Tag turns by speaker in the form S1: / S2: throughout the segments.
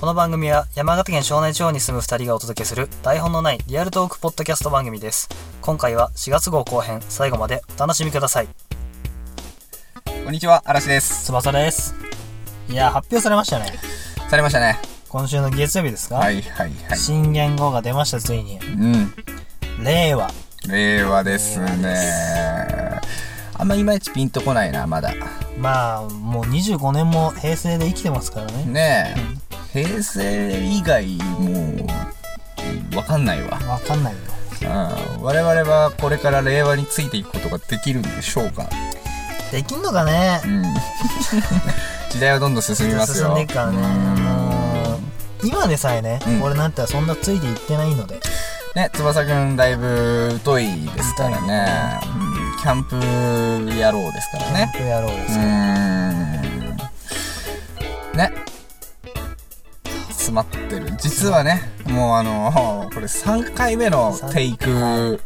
S1: この番組は山形県庄内地方に住む2人がお届けする台本のないリアルトークポッドキャスト番組です今回は4月号後編最後までお楽しみください
S2: こんにちは、嵐です。
S1: 翼ですいや発表されましたね
S2: されましたね。
S1: 今週の月曜日ですか、
S2: はいはいはい。
S1: 新元号が出ましたついに
S2: うん。
S1: 令和
S2: 令和ですね。あんまいまいちピンとこないな、まだ。
S1: まあもう25年も平成で生きてますからね
S2: ねえ。平成以外、もう、わかんないわ。
S1: わかんないよ
S2: うん。我々はこれから令和についていくことができるんでしょうか。
S1: できんのかね
S2: うん。時代はどんどん進みますよ。
S1: 進んでいくからねもう今でさえね、
S2: うん
S1: 俺なんてそんなついていってないので
S2: ね、翼くんだいぶ疎いですからね。うんキャンプ野郎ですからね。
S1: キャンプ野郎で
S2: う
S1: す
S2: ー
S1: よ、
S2: んね詰まってる実はねもうあのこれ3回目のテイク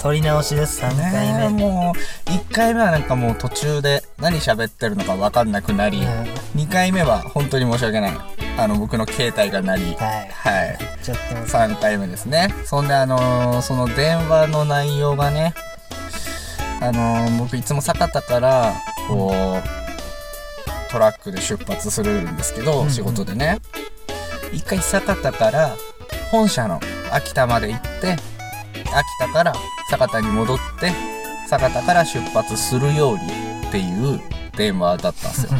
S1: 撮り直しです3回目、
S2: ねもう1回目はなんかもう途中で何喋ってるのか分かんなくなり、
S1: うん
S2: 2回目は本当に申し訳ないあの僕の携帯が鳴り
S1: はい
S2: はい
S1: やっちゃってます
S2: 3回目ですねそんであのーその電話の内容がねあのー僕いつも酒田からこうトラックで出発するんですけど、
S1: うん
S2: 仕事でね一回酒田から本社の秋田まで行って秋田から酒田に戻って酒田から出発するようにっていう電話だった んですよ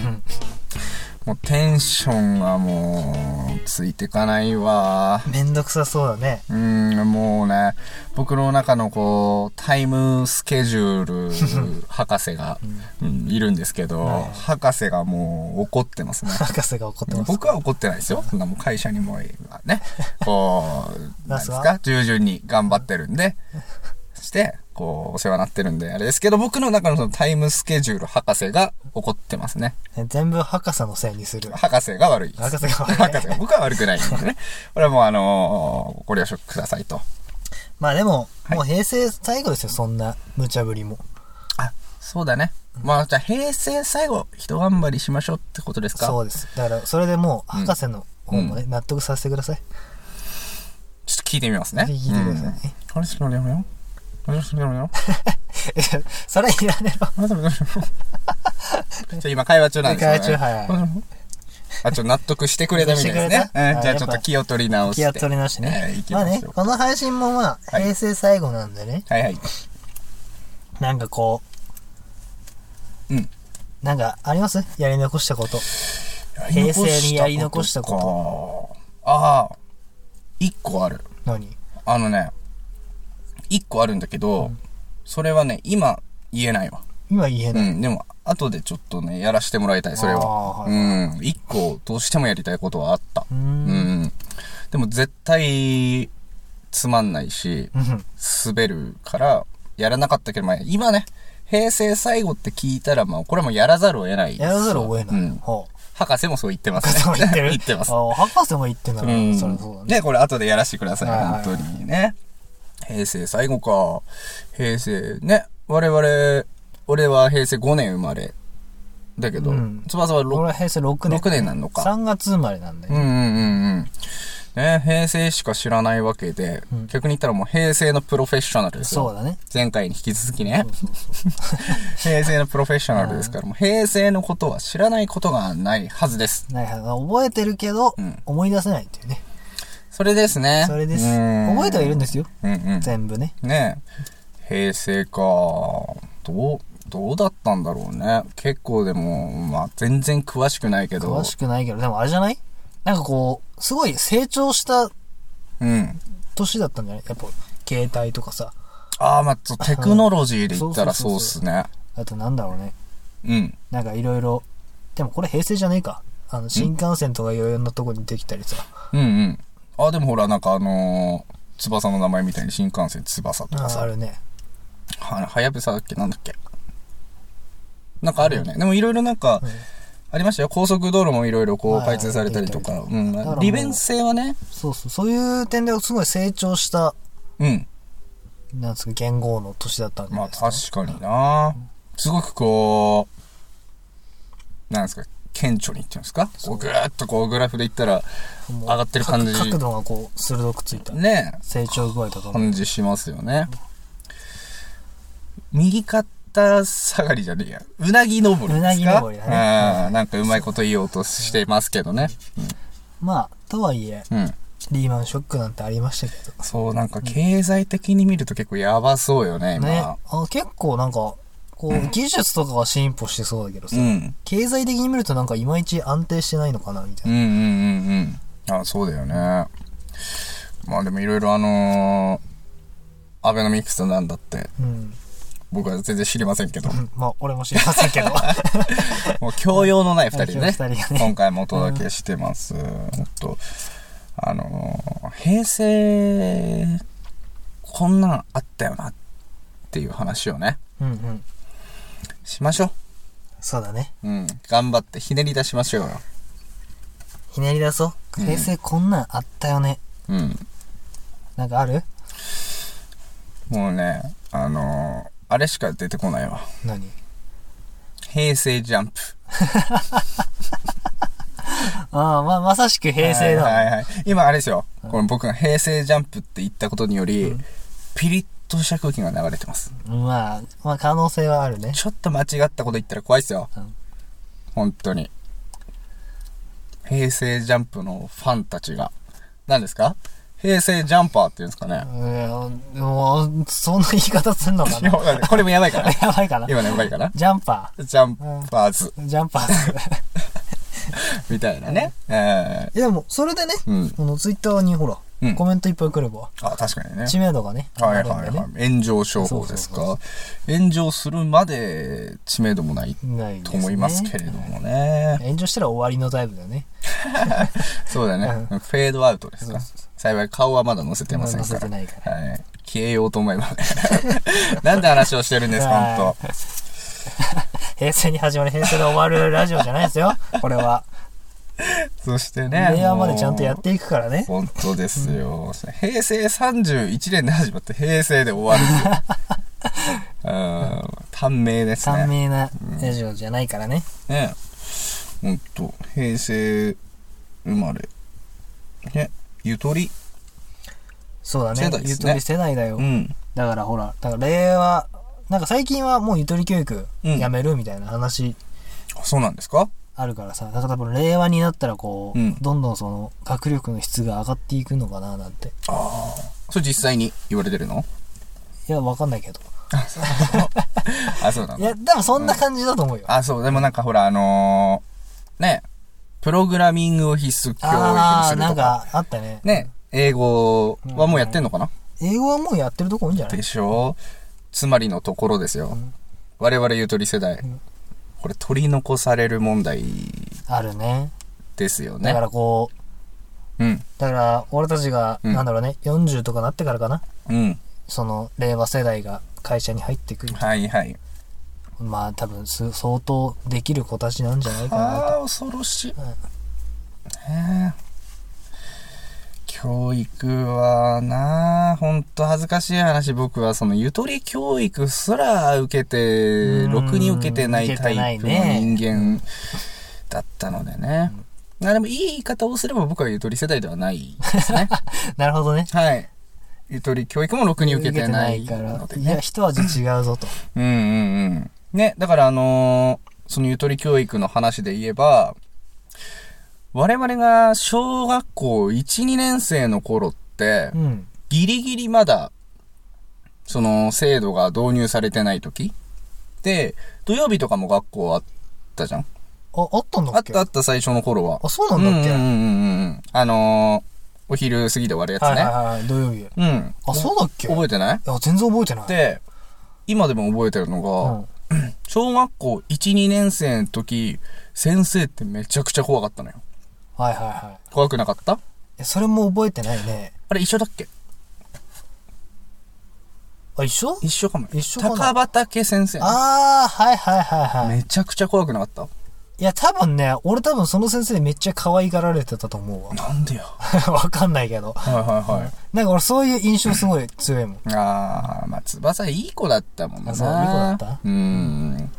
S2: もうテンションがもうついてかないわ
S1: めんどくさそうだね
S2: うーん、もうね、僕の中のこう、タイムスケジュール博士が、うんいるんですけど、
S1: はい。
S2: 博士がもう怒ってますね
S1: 博士が怒ってます
S2: 僕は怒ってないですよ。そんなもう会社にもね、こう、
S1: 出
S2: なんですす
S1: わ
S2: か、従順に頑張ってるんで、して、こう、お世話になってるんで、あれですけど、僕の中のそのタイムスケジュール博士が怒ってますね。
S1: ね全部博士のせいにする
S2: 博士が悪いです。
S1: 博士が悪い
S2: 博士が僕は悪くないんでね。これはもうあのーご了承くださいと。
S1: まあでも、
S2: はい
S1: もう平成最後ですよそんな無茶ぶりも
S2: あ、そうだね。まあ、じゃあ平成最後、一頑張りしましょうってことですか
S1: そうですだからそれでもう博士の方もね、納得させてください
S2: ちょっと聞いてみますね。
S1: ぜひ聞いてください
S2: うんあれ、それやめよう。あれ、それやめ よう。
S1: それいらねえわ
S2: あれ、それやめよう。ちょ今、会話中なんですよね。
S1: 会話中はいはい
S2: あれそれあ、ちょっと納得してくれたみ たいですね
S1: して。くれた
S2: うんじゃあちょっと気を取り直して。
S1: 気を取り直してね
S2: えー行き
S1: まあ
S2: ま
S1: ね
S2: しょう。
S1: この配信もまあ
S2: はい
S1: 平成最後なんでね、
S2: はいはい。
S1: なんかこう
S2: うん。
S1: なんかありますやり残したこと平成にやり残したこと
S2: ああ、一個ある。
S1: 何
S2: あのね、一個あるんだけど、それはね、今言えないわ。
S1: 今言え
S2: う
S1: ない、
S2: ん、でも、後でちょっとね、やらせてもらいたい、それ
S1: あ
S2: は。
S1: ー
S2: うん、一個、どうしてもやりたいことはあった。
S1: うー
S2: うんん。でも、絶対、つまんないし、
S1: うん
S2: 滑るから、やらなかったけど、まあ、今ね、平成最後って聞いたら、まあ、これはもうやらざるを得ないです
S1: や
S2: よ。
S1: らざるを得ない、
S2: うん
S1: ほう
S2: 博士もそう言ってます
S1: 博士も言
S2: ね。
S1: ってる
S2: 言ってます
S1: あ。あ博士も言ってんだから、
S2: うん
S1: そりゃそうだね
S2: ね、これ後でやらせてください、
S1: はいはいはい
S2: 本当にね。平成最後か。平成、ね。我々、俺は平成5年生まれ。だけど、
S1: うん
S2: 翼は 6,
S1: 俺は平成6年
S2: 六年なのか。
S1: 3月生まれなんだ
S2: うん
S1: よ、
S2: うんうんうん。ね、平成しか知らないわけで、
S1: うん
S2: 逆に言ったらもう平成のプロフェッショナルですよ。
S1: そうだね
S2: 前回に引き続きね
S1: そ。うそう そう
S2: 平成のプロフェッショナルですから、もう平成のことは知らないことがないはずです。
S1: ないはず覚えてるけど、
S2: うん
S1: 思い出せないっていうね
S2: それですね。
S1: それです
S2: うん
S1: 覚えてはいるんですよ
S2: うんうん。
S1: 全部ね
S2: ねえ平成かどうどうだったんだろうね結構でもまあ全然詳しくないけど
S1: 詳しくないけどでもあれじゃないなんかこうすごい成長した
S2: うん
S1: 年だったんじゃないやっぱ携帯とかさ
S2: ああまあち ょテクノロジーで言ったら
S1: そう
S2: そう
S1: そうそうそ
S2: っすね
S1: あとなんだろうね
S2: うん
S1: なんかいろいろでもこれ平成じゃねえかあの新幹線とかいろいろなとこにできたりさ
S2: うんうんあでもほらなんかあのー翼の名前みたいに新幹線翼とか
S1: あ
S2: さ
S1: あるね
S2: ははやぶさだっけなんだっけなんかあるよね、でもいろいろなんか、
S1: うん
S2: ありましたよ高速道路もいろいろこう
S1: はいはい
S2: 開通されたりとか、
S1: でき
S2: うん
S1: だからもう
S2: 利便性はね
S1: そうそうそういう点ですごい成長した
S2: うん
S1: なんですか元号の年だったんじゃな
S2: ま
S1: い
S2: あ
S1: ですか、
S2: 確かになすごくこう、なんですか、顕著にっていうんですかこうぐーっとこうグラフでいったら
S1: もう
S2: 上がってる感じ
S1: 角角度がこう鋭くついた
S2: ね
S1: 成長具合とかも
S2: 感じしますよね右肩下がりじゃねえやうなぎ登りですか
S1: うなぎ登りだね
S2: うんなんかうまいこと言おうとしてますけどね
S1: まあとはいえ
S2: うん
S1: リーマンショックなんてありましたけど
S2: そうなんか経済的に見ると結構やばそうよね今
S1: ねあ結構なんかこう技術とかは進歩してそうだけどさ、
S2: うん
S1: 経済的に見るとなんかいまいち安定してないのかなみた
S2: う
S1: い
S2: んうんうんうん。あ、そうだよね。まあでもいろいろあのー、アベノミクスなんだって、
S1: なうん、
S2: 僕は全然知りません けど、
S1: うん、まあ俺も知りませんけど
S2: もう教養のない 二人でね、
S1: 教養 の二人がね
S2: 今回もお届けしてます。もっと、あのー、平成、こんなんあったよなっていう話をね、
S1: うんうん
S2: しましょ
S1: そうだね
S2: う。うん。頑張ってひねり出しましょうよ。
S1: ひねり出そう
S2: うん
S1: 平成こんなんあったよね、
S2: うん。
S1: なんかある
S2: もうね、あのー、あれしか出てこないわ。
S1: 何
S2: 平成ジャンプ。
S1: ああまあまさしく平成だ、
S2: はいはいはい。今あれですよ。この僕が平成ジャンプって言ったことにより、ピリッとした空気が流れてます。
S1: まあまあ可能性はあるね
S2: ちょっと間違ったこと言ったら怖いですよ。
S1: うん
S2: 本当に。平成ジャンプのファンたちが。何ですか平成ジャンパーって言うんですかね。
S1: うんもうそんな言い方すんのか
S2: いや
S1: な
S2: わかんないこれもやばいから。
S1: やばいかな
S2: 今ね、やばいかな。
S1: ジャンパ
S2: ジャンパーズ
S1: ージャンパー
S2: みたいなね。え
S1: いやでもそれでね
S2: ーうん。
S1: このツイッターにほら、
S2: うん
S1: コメントいっぱい来れば
S2: あ、確かにね。
S1: 知名度がね
S2: はいはい
S1: 上がるんでね
S2: はい。炎上商法です
S1: そうそ
S2: か。炎上するまで知名度もない
S1: ないです
S2: と
S1: ね
S2: 思いますけれどもね。
S1: 炎上したら終わりのタイプだよね
S2: そうだね。フェードアウトですか。幸い顔はまだ載せてませ
S1: 載
S2: ん
S1: せ
S2: か
S1: て
S2: ら。
S1: ないから
S2: はい。消えようと思えばね。 なんで話をしてるんですか、ほんと。
S1: 平成に始まり平成で終わるラジオじゃないです よこれは
S2: そしてね。
S1: 令和までちゃんとやっていくからね
S2: もう本当ですよ。平成31年で始まって平成で終わるっ ていう。うん。短命です
S1: 短
S2: ね。
S1: 命なラジオじゃないからね、
S2: ね。ほんと。平成生まれ。ね。ゆとり。
S1: そうだね
S2: 世代ですね
S1: ゆとり世代だよ、
S2: うん。
S1: だからほらだから令和なんか最近はもうゆとり教育
S2: うん
S1: やめるみたいな話
S2: あそうなんですか
S1: あるからさ、だから多分令和になったらこう、
S2: うん
S1: どんどんその学力の質が上がっていくのかななんて
S2: それ実際に言われてるの
S1: いやわかんないけど
S2: あ、そうなの
S1: いやでもそんな感じだと思うよ、
S2: あ、そう、でもなんかほら、あのーね、プログラミングを必須教育に
S1: あ
S2: す
S1: あ
S2: る
S1: な
S2: と
S1: ん
S2: か、
S1: かあったね
S2: ね、英語はもうやってんのかな、
S1: 英語はもうやってるとこ多いんじゃない
S2: でしょつまりのところですよ。我々ゆとり世代、これ取り残される問題
S1: あるね
S2: ですよ
S1: だか
S2: ね。
S1: らこう
S2: うん、
S1: だから俺たちが、
S2: うん
S1: なんだろうね40とかなってからかな
S2: うん、
S1: その令和世代が会社に入ってくる
S2: はいはい。
S1: まあ多分す相当できる子たちなんじゃないかな
S2: ああ、恐ろしい。ねえ教育はなあ、ほんと恥ずかしい話、僕はそのゆとり教育すら受けて、
S1: ん
S2: ろくに受けてない
S1: 受けてな
S2: タイ
S1: い
S2: プ
S1: ね
S2: の人間だったのでね。あでもいい言い方をすれば僕はゆとり世代ではないで すね。
S1: なるほどね
S2: はい。ゆとり教育もろくに受けてない
S1: 受けてないか
S2: ので
S1: らい
S2: ね
S1: や。一味違うぞと
S2: うんうんうん。ね、だからあのーそのゆとり教育の話で言えば、我々が小学校1、2年生の頃って
S1: う、ん
S2: ギリギリまだ、その制度が導入されてない時で、土曜日とかも学校あったじゃん
S1: ああったんだ
S2: あ
S1: っ
S2: っ
S1: け
S2: たあった最初の頃は。
S1: あそうなんだっけ、
S2: うんうんうんうん。あのーお昼過ぎで終わるやつね。
S1: はいはいはい土曜日
S2: うん。
S1: あそうだっけ
S2: 覚えてない
S1: いや全然覚えてない
S2: で、今でも覚えてるの
S1: う
S2: が、
S1: ん、
S2: 小学校1、2年生の時、先生ってめちゃくちゃ怖かったのよ。
S1: はいはいはい
S2: 怖くなかった
S1: えそれも覚えてないね
S2: あれ一緒だっけ
S1: あ一緒
S2: 一緒かもよ。
S1: 一緒かな
S2: 高畑先生。
S1: ああはいはいはいはい
S2: めちゃくちゃ怖くなかった
S1: いや多分ね俺多分その先生めっちゃ可愛がられてたと思うわ
S2: なんでよ。
S1: わかんないけど。
S2: はいはいは
S1: なんか俺そういう印象すごい強いもん。
S2: い。あー、まあ、翼いい子だったもんな。
S1: あそういい子だった
S2: うーん。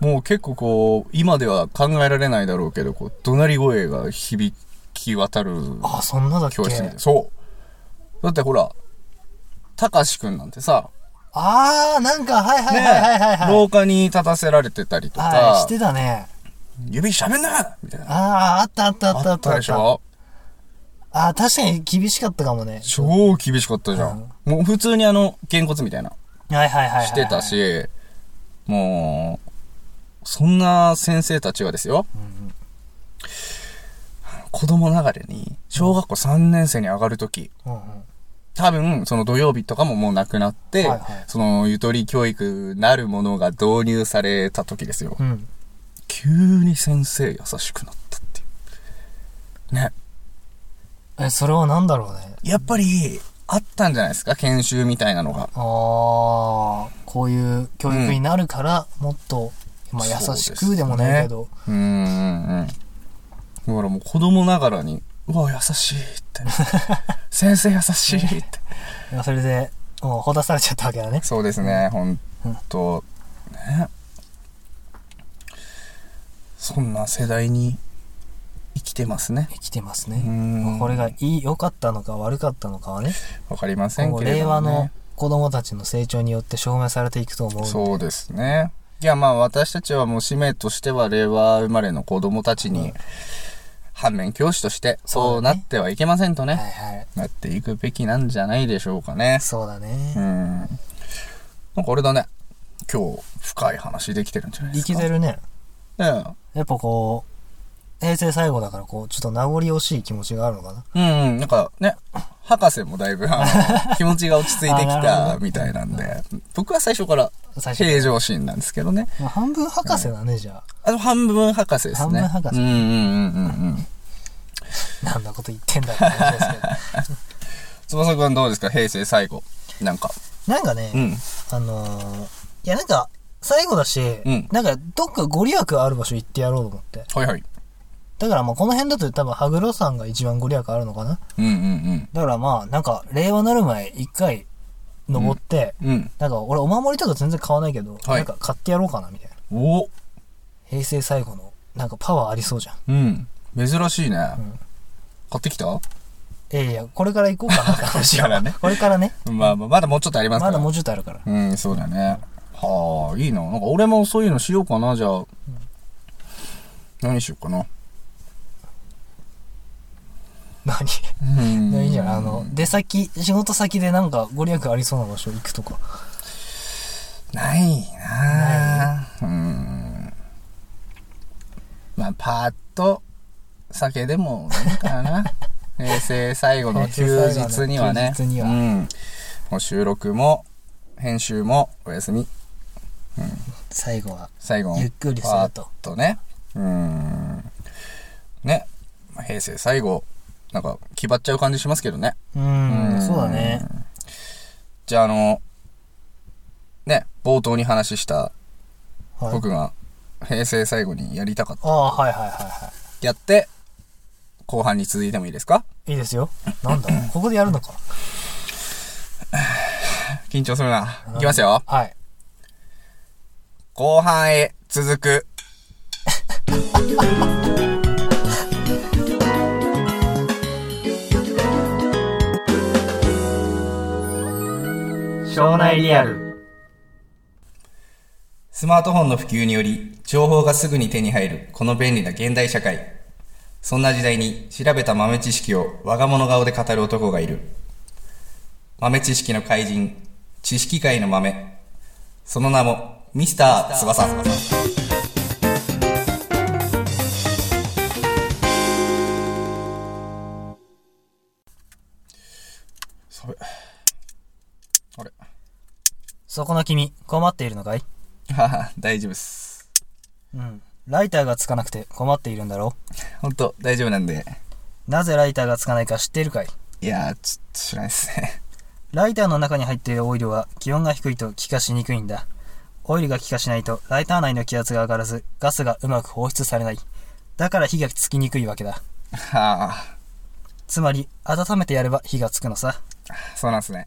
S2: もう結構こう、今では考えられないだろうけど、こう、怒鳴り声が響き渡る
S1: あ、そんなだっけ
S2: 教室みたい。そう。だってほら、たかしくんなんてさ、
S1: あー、なんか、はいはい
S2: ね
S1: はいはいはい。はい
S2: 廊下に立たせられてたりと
S1: はい、し
S2: か、
S1: てたね。
S2: 指しゃべんなみたいな。
S1: あー、あったあったあったあ
S2: あ
S1: っ。
S2: ったたでしょ
S1: あー、確かに厳しかったかもね。
S2: 超厳しかったじゃん。もう普通にあの、げんこつみたいな、
S1: はいはいはいはい。
S2: してた。し、もう、そんな先生たちがですよ、子供ながらに、小学校3年生に上がるとき、
S1: うんうん。
S2: 多分、その土曜日とかももうなくなって、
S1: はいはい
S2: そのゆとり教育なるものが導入された時ですよ。
S1: うん。
S2: 急に先生優しくなったっていう。ね。
S1: え、それはなんだろうね。
S2: やっぱり、あったんじゃないですか研修みたいなのが。
S1: あー、こういう教育になるから、もっと、まあ優しくでもないけど。
S2: うーん、うん。だからもう子供ながらに、うわ、優しいって。 先生優しいって。
S1: いやそれで、もう、ほだされちゃったわけだね。
S2: そうですね、ほんと。ね。そんな世代に生きてますね。
S1: 生きてます
S2: うー
S1: ね。
S2: ん。
S1: これがいい、良かったのか悪かったのかはね、
S2: わかりませ
S1: 今
S2: ん
S1: 後
S2: けれども、ね。
S1: 令和の子供たちの成長によって証明されていくと思う。
S2: そうですね。いや、まあ私たちはもう使命としては令和生まれの子供たちに、反面教師として、そうなってはいけませんとね。
S1: はいはい。
S2: なっていくべきなんじゃないでしょうかね。
S1: そうだ
S2: うん。
S1: ね。
S2: なんかあれだね。今日、深い話できてるんじゃないで
S1: 生
S2: すか。
S1: きてるね。
S2: うん。
S1: やっぱこう、平成最後だからこう、ちょっと名残惜しい気持ちがあるのかな。
S2: うんうん、なんかね、博士もだいぶ、あ の気持ちが落ち着いてき
S1: あなるほ
S2: た
S1: ど
S2: みたいなんで、僕は最初から
S1: 最初。
S2: 平常心なんですけどね。
S1: まあ半分博士だね、じゃ
S2: あの、半分博士ですね。
S1: 半分博士
S2: うんうんうんうんうん。
S1: あ。なんだこと言ってんだって話ですけ
S2: 翼くんどうですか平成最後。なんか。
S1: ど。なんかね、
S2: うん。
S1: あのー、いやなんか、最後だし、
S2: ん
S1: なんか、どっかご利益ある場所行ってやろうと思って。
S2: はいはい。
S1: だからまあ、この辺だと多分、羽黒山が一番ご利益あるのかな。
S2: うんうん
S1: だからまあ、なんか、令和なる前、一回、登って、
S2: うん。うん。
S1: なんか、俺、お守りとか全然買わないけど、
S2: は
S1: な
S2: い
S1: んか、買ってやろうかな、みたいな。
S2: お
S1: 平成最後の、なんか、パワーありそうじゃん。
S2: うん。珍しいね。
S1: ん
S2: 買ってきた
S1: ええいや、これから行こうかなって 話
S2: これからね。
S1: これからね。
S2: まあまあ、まだもうちょっとありますか
S1: ま
S2: ら。
S1: だもうちょっとあるから。
S2: うん、そうだね。はあ、いいな。なんか俺もそういうのしようかな、じゃあ。何しようかな。
S1: 何
S2: うん
S1: いやいいじゃん。あの、出先、仕事先でなんか、ご利益ありそうな場所行くとか。
S2: ないなぁうん。まあ、パーッと、酒でもいいか らな。平成最後の休日にはね。
S1: 平成最後の休日には
S2: うん。もう収録も、編集も、お休み。
S1: 最後は、
S2: 最後
S1: ゆっくりする
S2: パー
S1: と
S2: ッとね。うん。ね。まあ平成最後、なんか、気張っちゃう感じしますけどね。
S1: う
S2: う
S1: ーん、
S2: ん
S1: そうだね。
S2: じゃあ、あの、ね、冒頭に話した、
S1: はい。
S2: 僕が、平成最後にやりたかった。
S1: ああ、はいはいはいは
S2: やって、後半に続いてもいいですか
S1: い。いいですよ。なん だここでやるのか。
S2: 緊張するな。いきますよ。
S1: はい。
S2: 後半へ続く。
S1: 庄内リアル。
S2: スマートフォンの普及により、情報がすぐに手に入る、この便利な現代社会。そんな時代に、調べた豆知識を我が物顔で語る男がいる。豆知識の怪人、知識界の豆。その名も、ミスター翼。それあれ
S1: そこの君、困っているのかい
S2: ああ、 大丈夫っす。
S1: うん。ライターがつかなくて困っているんだろ
S2: ほんと、大丈夫なんで。
S1: うなぜライターがつかないか知っているかい
S2: いやー、ちょっと知らないっすね。
S1: ライターの中に入っているオイルは気温が低いと気化しにくいんだ。オイルが気化しないとライター内の気圧が上がらずガスがうまく放出されない。だから火がつきにくいわけだ。
S2: は
S1: つまり温めてやれば火がつくのさ。
S2: あ、そうなんすね。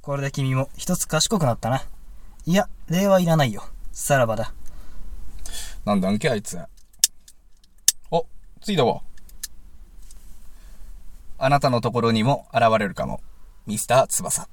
S1: これで君も一つ賢くなったな。いや、礼はいらないよ。さらばだ。
S2: なんだんけ、あいつ。お、次だわ。あなたのところにも現れるかも。ミスター翼。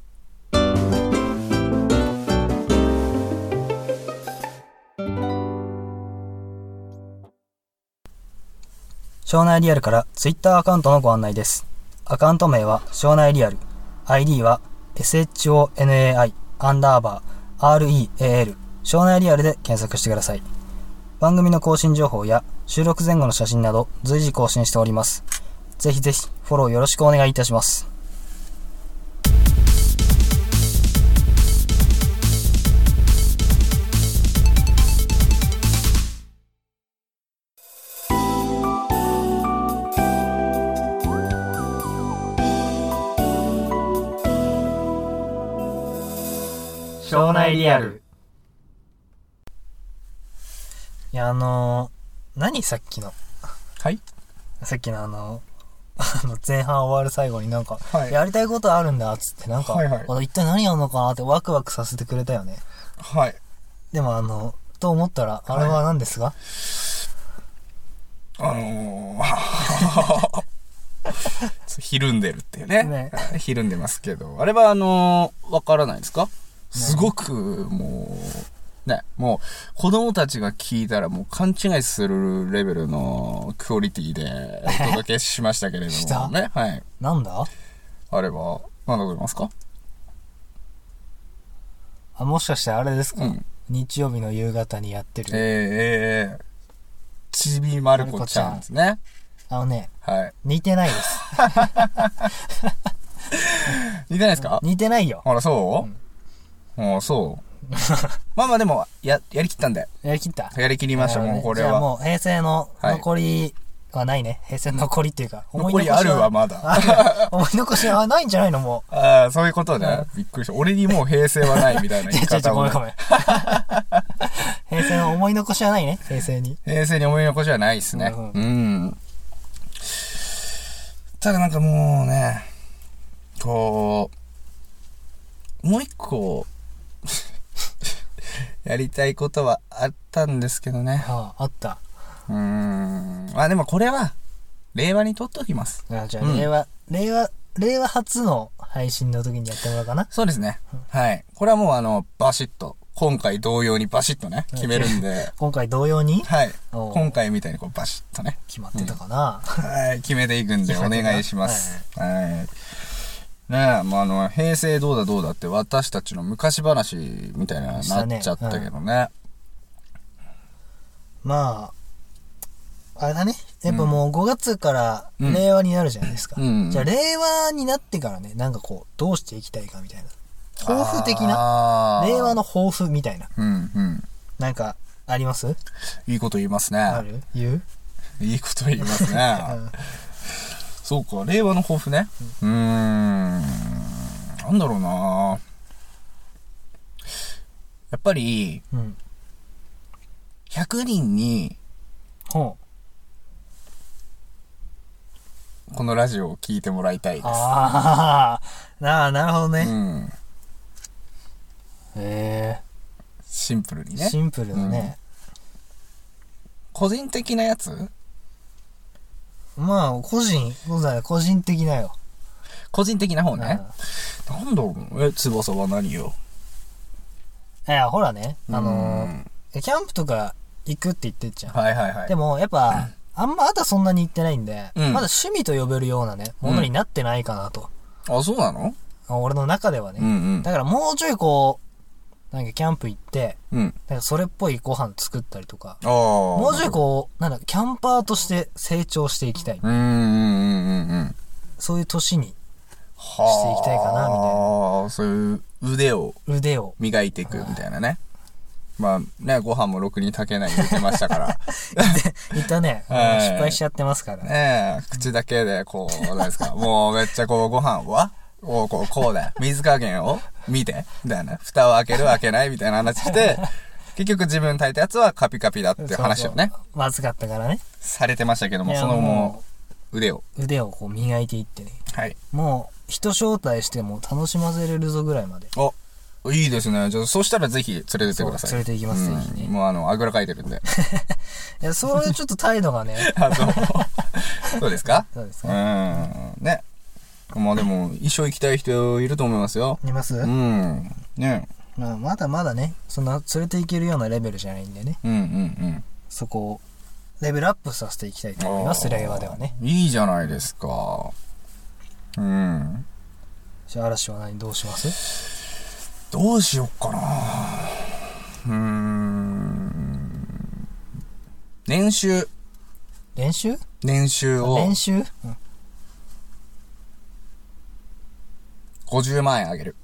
S1: 庄内リアルから Twitter アカウントのご案内です。アカウント名は庄内リアル。ID は shonai アンダーバー real 庄内リアルで検索してください。番組の更新情報や収録前後の写真など随時更新しております。ぜひぜひフォローよろしくお願いいたします。
S2: 庄内リアル。
S1: いや、あのー何さっきの、
S2: はい
S1: さっきのあの、 あの前半終わる最後になんか、
S2: はい
S1: やりたいことあるんだっつってなんか、
S2: はいはい
S1: あ一体何やるのかなってワクワクさせてくれたよね。
S2: はい。
S1: でもあの、と思ったら、あれは何ですか、
S2: あのー、ひるんでるっていうね。
S1: ね
S2: ひるんでますけど。あれはあのー、わからないですかすごく、もう、ね、もう、子供たちが聞いたらもう勘違いするレベルのクオリティでお届けしま したけれど
S1: した
S2: もね。はい。
S1: なんだ
S2: あれは、なんだと思いますか
S1: あ、もしかしてあれですか、
S2: うん。
S1: 日曜日の夕方にやって
S2: えー、
S1: る。
S2: えー、えー、ちびまる子ちゃんですね。
S1: あのね、
S2: はい。
S1: 似てないです。
S2: 似てないですか
S1: 似てないよ。
S2: あら、そう、あそう。 まあまあでも、や、やりきったんで。
S1: やりきった。
S2: やりきりました、
S1: なるほどね
S2: もうこれ
S1: じゃあ
S2: は。
S1: もう平成の
S2: はい
S1: 残りはないね。平成の残りっていうか、
S2: 残りあるわ、
S1: は。
S2: まだ。
S1: あ思い残しはないんじゃないのもう。
S2: ああ、そういうことね。びっくりした。俺にもう平成はないみたい な
S1: ち
S2: 言い
S1: ょちょち
S2: 方
S1: ょ、ご
S2: を
S1: めん。ごめん。平成の思い残しはないね、平成に。
S2: 平成に思い残しはないですね。
S1: うん
S2: うん。ただなんかもうね、こう、もう一個、 やりたいことはあったんですけどね。
S1: ああ、あった。
S2: うーん。まあでもこれは、令和にとっておきます。
S1: あじゃ
S2: う
S1: あ、
S2: ん
S1: 令和、令和、令和初の配信の時にやってもらおうかな。
S2: そうですね。はい。これはもうあの、バシッと、今回同様にバシッとね、決めるんで、
S1: 今回同様に
S2: はい。
S1: おう
S2: 今回みたいにこう、バシッとね、
S1: 決まってたかな。
S2: はい、決めていくんで、
S1: 決
S2: お
S1: めていく
S2: 願いします。はい。ねえ、まあ、あの、平成どうだどうだって私たちの昔話みたいな
S1: した
S2: な
S1: ね
S2: っちゃったけどね。
S1: まあ、あれだね。やっぱもう5月から
S2: うん
S1: 令和になるじゃないですか。
S2: うん
S1: じゃあ、令和になってからね、なんかこう、どうしていきたいかみたいな。抱負的な。
S2: な
S1: 令和。の抱負みたいな。
S2: うん、うん。
S1: なんか、あります
S2: いいこと言いますね。
S1: ある言う
S2: いいこと言いますね。そうか、令和の抱負ね。うーん、なんだろうなやっぱり、
S1: うん。
S2: 100人に
S1: ほう。
S2: このラジオを聞いてもらいたいです。
S1: ああ、なあ、なるほど
S2: う
S1: ね。
S2: ん、
S1: へ
S2: シンプルに
S1: え、
S2: ね。
S1: シンプルだね。
S2: 個人的なやつ
S1: まあ、個人、そうだね、個人的なよ。
S2: 個人的な方ね。
S1: うん
S2: なんだろうえ、翼は何よ。
S1: いや、ほらね、あの
S2: うん
S1: ー、キャンプとか行くって言ってっじゃん。
S2: はいはいはい。
S1: でも、やっぱ、あんままだそんなに行ってないんで、
S2: うん
S1: まだ趣味と呼べるようなね、ものになってないかなと。
S2: あ、そうなの
S1: 俺の中では
S2: うん
S1: ね。
S2: うん
S1: だ。からもうちょいこう、なんかキャンプ行って、
S2: うん。
S1: なんかそれっぽいご飯作ったりとか、
S2: ああ。も
S1: もうちょいこう、なんだ、キャンパーとして成長していきたい。
S2: うんうんうんうんうん。
S1: そういう年に
S2: は
S1: していきたいかなみたいな
S2: ああ、そういう腕を
S1: 腕を。
S2: 磨いていくみたいなね。まあね、ご飯もろくに炊けない言ってました から。
S1: いったね、
S2: はい
S1: 失敗しちゃってますからね。
S2: ねえ、口だけでこう、なんですか。もうめっちゃこう、ご飯はこう、こう、こうだよ。水加減を見て。みたいな。蓋を開ける、開けないみたいな 話して、結局自分炊いたやつはカピカピだっていう話をね
S1: そ、うそう。まずかったからね。
S2: されてましたけど
S1: い
S2: も、
S1: や
S2: そのもう、腕を。
S1: 腕をこう磨いていってね。
S2: はい。
S1: もう、人招待しても楽しませれるぞぐらいまで。
S2: お、いいですね。じゃあ、そしたらぜひ連れてってください。
S1: そう連れて行きますぜひね
S2: うんもうあの、あぐらかいてるんで。
S1: いや、そういうちょっと態度がね、
S2: あのそうですか
S1: そうです
S2: う
S1: ね。
S2: ん。ね。まあでも、一生行きたい人いると思いますよ。
S1: います、
S2: うん。ね。
S1: まあ、まだまだね、そんな連れていけるようなレベルじゃないんでね、
S2: うんうんうん。
S1: そこをレベルアップさせていきたいと思います、令和ではね。
S2: いいじゃないですか。うん。
S1: じゃあ、嵐は何どうします
S2: どうしよっかな。うーん。年収。
S1: 練習
S2: 年収を
S1: 練習
S2: 50万円あげる。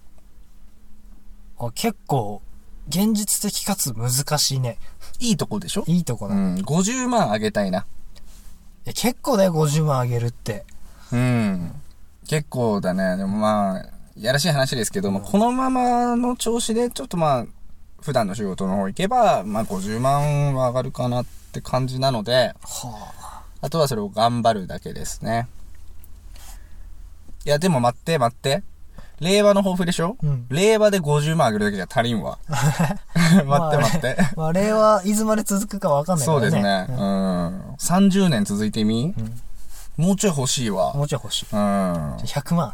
S1: あ結構、現実的かつ難しいね。
S2: いいとこでしょ
S1: いいとこ
S2: う
S1: だ。い
S2: ん。50万あげたいな。
S1: や結構だよ、50万あげるって。
S2: うん。結構だね。でもまあ、やらしい話ですけども、このままの調子で、ちょっとまあ、普段の仕事の方行けば、まあ50万は上がるかなって感じなので、
S1: は
S2: あとはそれを頑張るだけですね。いや、でも待って待って。令和の抱負でしょ
S1: あ。うん。
S2: 令和で50万上げるだけじゃ足り んわ。待って待って。
S1: まあ、令和、いつまで続くかわかんないから
S2: そう
S1: ね。
S2: ですね。うん。30年続いてみ、もうちょい欲しい
S1: うん。
S2: わ。
S1: もうちょい欲しい。
S2: うん。
S1: じゃあ100万。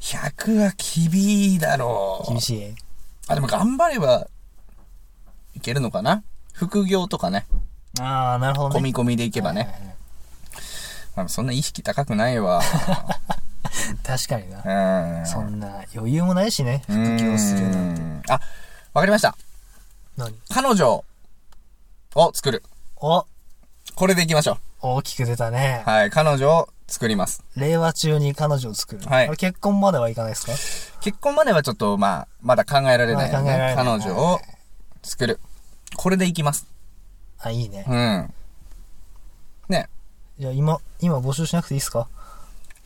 S2: 100は厳しいだろう
S1: 厳。しい。
S2: あ、でも頑張れば、いけるのかな副業とかね。
S1: ああ、なるほどね。
S2: 込み込みでいけばね。まあ、そんな意識高くな いわ。
S1: 確かにな
S2: う。ん。
S1: そんな余裕もないしね、副業するなんて。
S2: うんあ、わかりました。
S1: 何
S2: 彼女を作る。
S1: お
S2: これでいきましょ
S1: 大きく出たね
S2: う。。はい。彼女を作ります。
S1: 令和中に彼女を作る。
S2: はい
S1: これ結婚まではいかないですか
S2: 結婚まではちょっと、まあ、まだ考えられな
S1: ま
S2: いので、
S1: だ考えられない
S2: 彼女を作る。これでいきます。
S1: あ、いいね
S2: う。ん。ね。
S1: じゃあ今、今募集しなくていいですか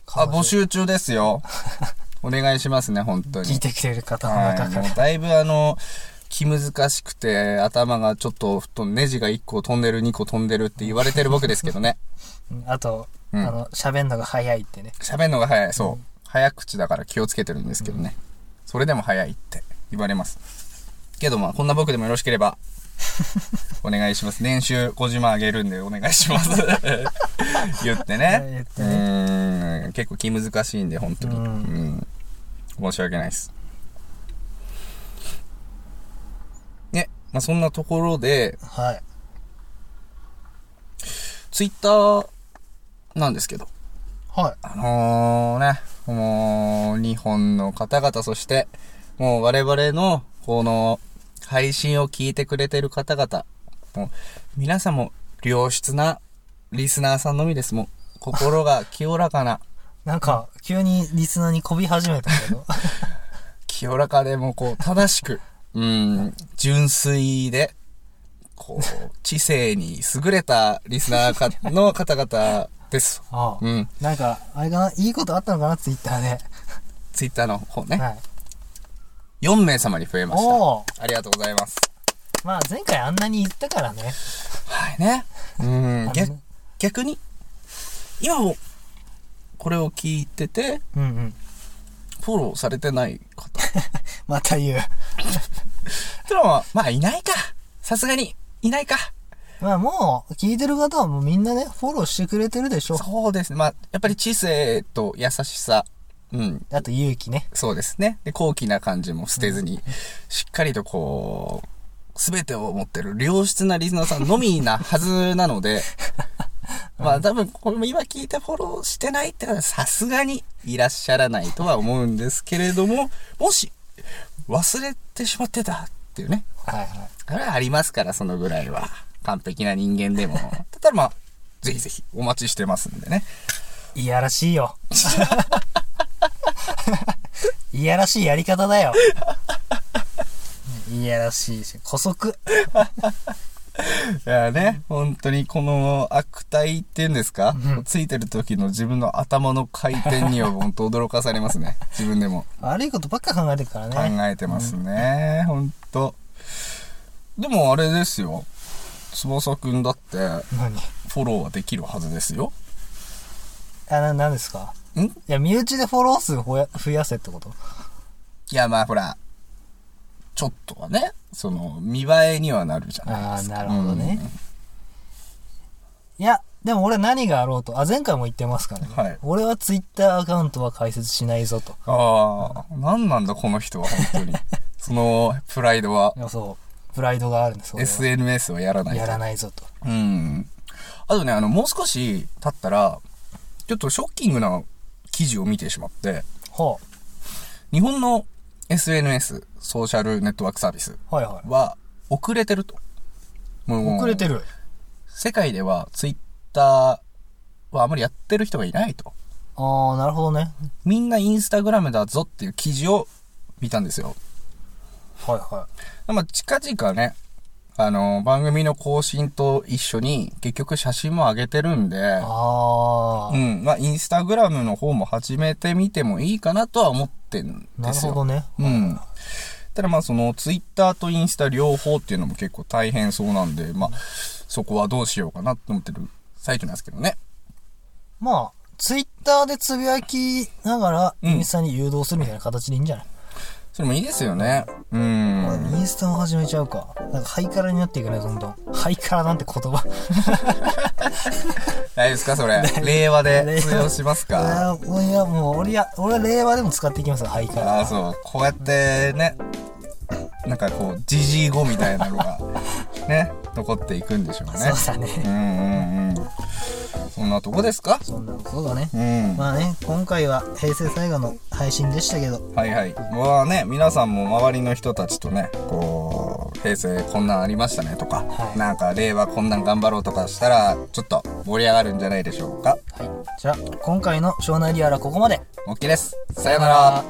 S2: あ、募。集中ですよ。 お願いしますね、本当に。
S1: 聞いてきてる方の
S2: は
S1: 中
S2: い、
S1: か
S2: も
S1: ら。
S2: うだいぶあの、気難しくて、頭がちょっと、ふとネジが1個飛んでる、2個飛んでるって言われてる僕ですけど ね。
S1: うんあと、
S2: うん
S1: あの、喋んのが早いってね。
S2: 喋るのが早い、そう。早口だから気をつけてるんですけどね。それでも早いって言われます。けどまあ、こんな僕でもよろしけ れば、お願いします。年収50万あげるんでお願いし ます。言って
S1: はい言っ
S2: ね。
S1: て
S2: うーん。結構気難しいんで、本当に。
S1: う
S2: うんん。申し訳ないです。ね。まあ、そんなところで、
S1: はい。
S2: ツイッターなんですけど、
S1: は
S2: あのーね、もう、日本の方々、そして、もう我々の、この、配信を聞いてくれてる方々、もう、皆さんも、良質な、リスナーさんのみです。もう、心が清らかな、
S1: い。なんか、急にリスナーにこび始めたけ ど。
S2: 清らかでもうこう、正しく、うん、純粋で、こう、知性に優れたリスナーかの方々です。
S1: ああ
S2: うん、
S1: なんか、あれかな、いいことあったのかな、ツイッターで。
S2: ツイッターの方ね、
S1: はい。
S2: 4名様に増えました。
S1: おお。
S2: ありがとうございます。
S1: まあ、前回あんなに言ったからね。
S2: はいね。うん。
S1: あ
S2: 逆
S1: のね
S2: 逆に、今も、これを聞いてて、
S1: うんうん。
S2: フォローされてない方 っ
S1: また言う。
S2: てのは、まあ、いないか。さすがに、いないか。
S1: まあもう、聞いてる方はもうみんなね、フォローしてくれてるでしょ。
S2: そうですね。まあ、やっぱり知性と優しさ。うん。
S1: あと勇気ね。
S2: そうですね。で、高貴な感じも捨てずに、しっかりとこう、すべてを持ってる良質なリスナーさんのみなはずなので、まあ多分これも今聞いてフォローしてないって方はさすがにいらっしゃらないとは思うんですけれども、もし忘れてしまってたっていうね、
S1: はいはい。
S2: あれはありますからそのぐらいは。完璧な人間でも。だったらまあ、ぜひぜひお待ちしてますんでね。
S1: いやらしい よ。いやらしいやり方だよ。 いやらしいし、古速。
S2: いやね、本当にこの悪態っていうんですか、ついてる時の自分の頭の回転には本当驚かされます ね。自分でも
S1: 悪いことばっか考えてるから
S2: 考
S1: ね。
S2: えてますね。本当でもあれですよ。翼くんだって
S1: 何
S2: フォローはできるはずですよ。
S1: あ、な、なんですか
S2: んい
S1: いや、身内でフォロー数ほや増やせってこと
S2: や、まあほら、ちょっとはね、その、見栄えにはなるじゃない
S1: あ
S2: で
S1: あ、
S2: すか。
S1: なるほどね。いや、でも俺何があろうと、あ、前回も言ってますからね。
S2: はい
S1: 俺はツイッターアカウントは開設しないぞと。
S2: ああ、なんなんだこの人は本当 に。そのプライドは、
S1: いやそう。プライドがあるんです。俺は
S2: SNS をやらない
S1: や
S2: と。
S1: らないぞと。
S2: うん。あとね、あの、もう少し経ったら、ちょっとショッキングな記事を見てしまって、
S1: ほ
S2: 日本の SNS、ソーシャルネットワークサービス
S1: う。はいはい。
S2: は遅れてると。もう
S1: 遅れてる。
S2: 世界ではツイッターはあまりやってる人がいないと。
S1: あー、なるほどね。
S2: みんなインスタグラムだぞっていう記事を見たんですよ。
S1: はいは
S2: まあ、近々ね、あの、番組の更新と一緒に結局写真も上げてるんで
S1: い。、あ
S2: う
S1: ー。
S2: ん、まあ、インスタグラムの方も始めてみてもいいかなとは思ってん
S1: な
S2: で
S1: る
S2: す
S1: ほ
S2: よ。
S1: どね。
S2: うん。ただまあそのツイッターとインスタ両方っていうのも結構大変そうなんで、まあそこはどうしようかなって思ってる最中なんですけどね。
S1: まあ、ツイッターでつぶやきながら、
S2: うん
S1: インスタに誘導するみたいな形でいいんじゃない、
S2: それもいいですよね。うん。
S1: 俺インスタも始めちゃうか。なんかハイカラになっていくね、どんどん。ハイカラなんて言葉。
S2: 大丈夫ですかそれ。令和で通用します
S1: い
S2: か
S1: やもういや、もう、俺や、俺は令和でも使っていきますよ、ハイカ
S2: ああ、
S1: ラ。
S2: そう。こうやってね、なんかこう、ジジイ語みたいなのが、ね、残っていくんでしょうね。
S1: そうだ
S2: う
S1: ね。
S2: んうんうん。そんなとこですか
S1: そんなことだね。
S2: うん。
S1: まあね、今回は平成最後の配信でしたけど、
S2: はいはい。まあね、皆さんも周りの人たちとね、こう、平成こんなんありましたねとか、
S1: はい
S2: なんか令和こんなん頑張ろうとかしたら、ちょっと盛り上がるんじゃないでしょうか。
S1: はい。じゃあ、今回の庄内リアルはここまで。
S2: モッキーです。さよなら。
S1: あ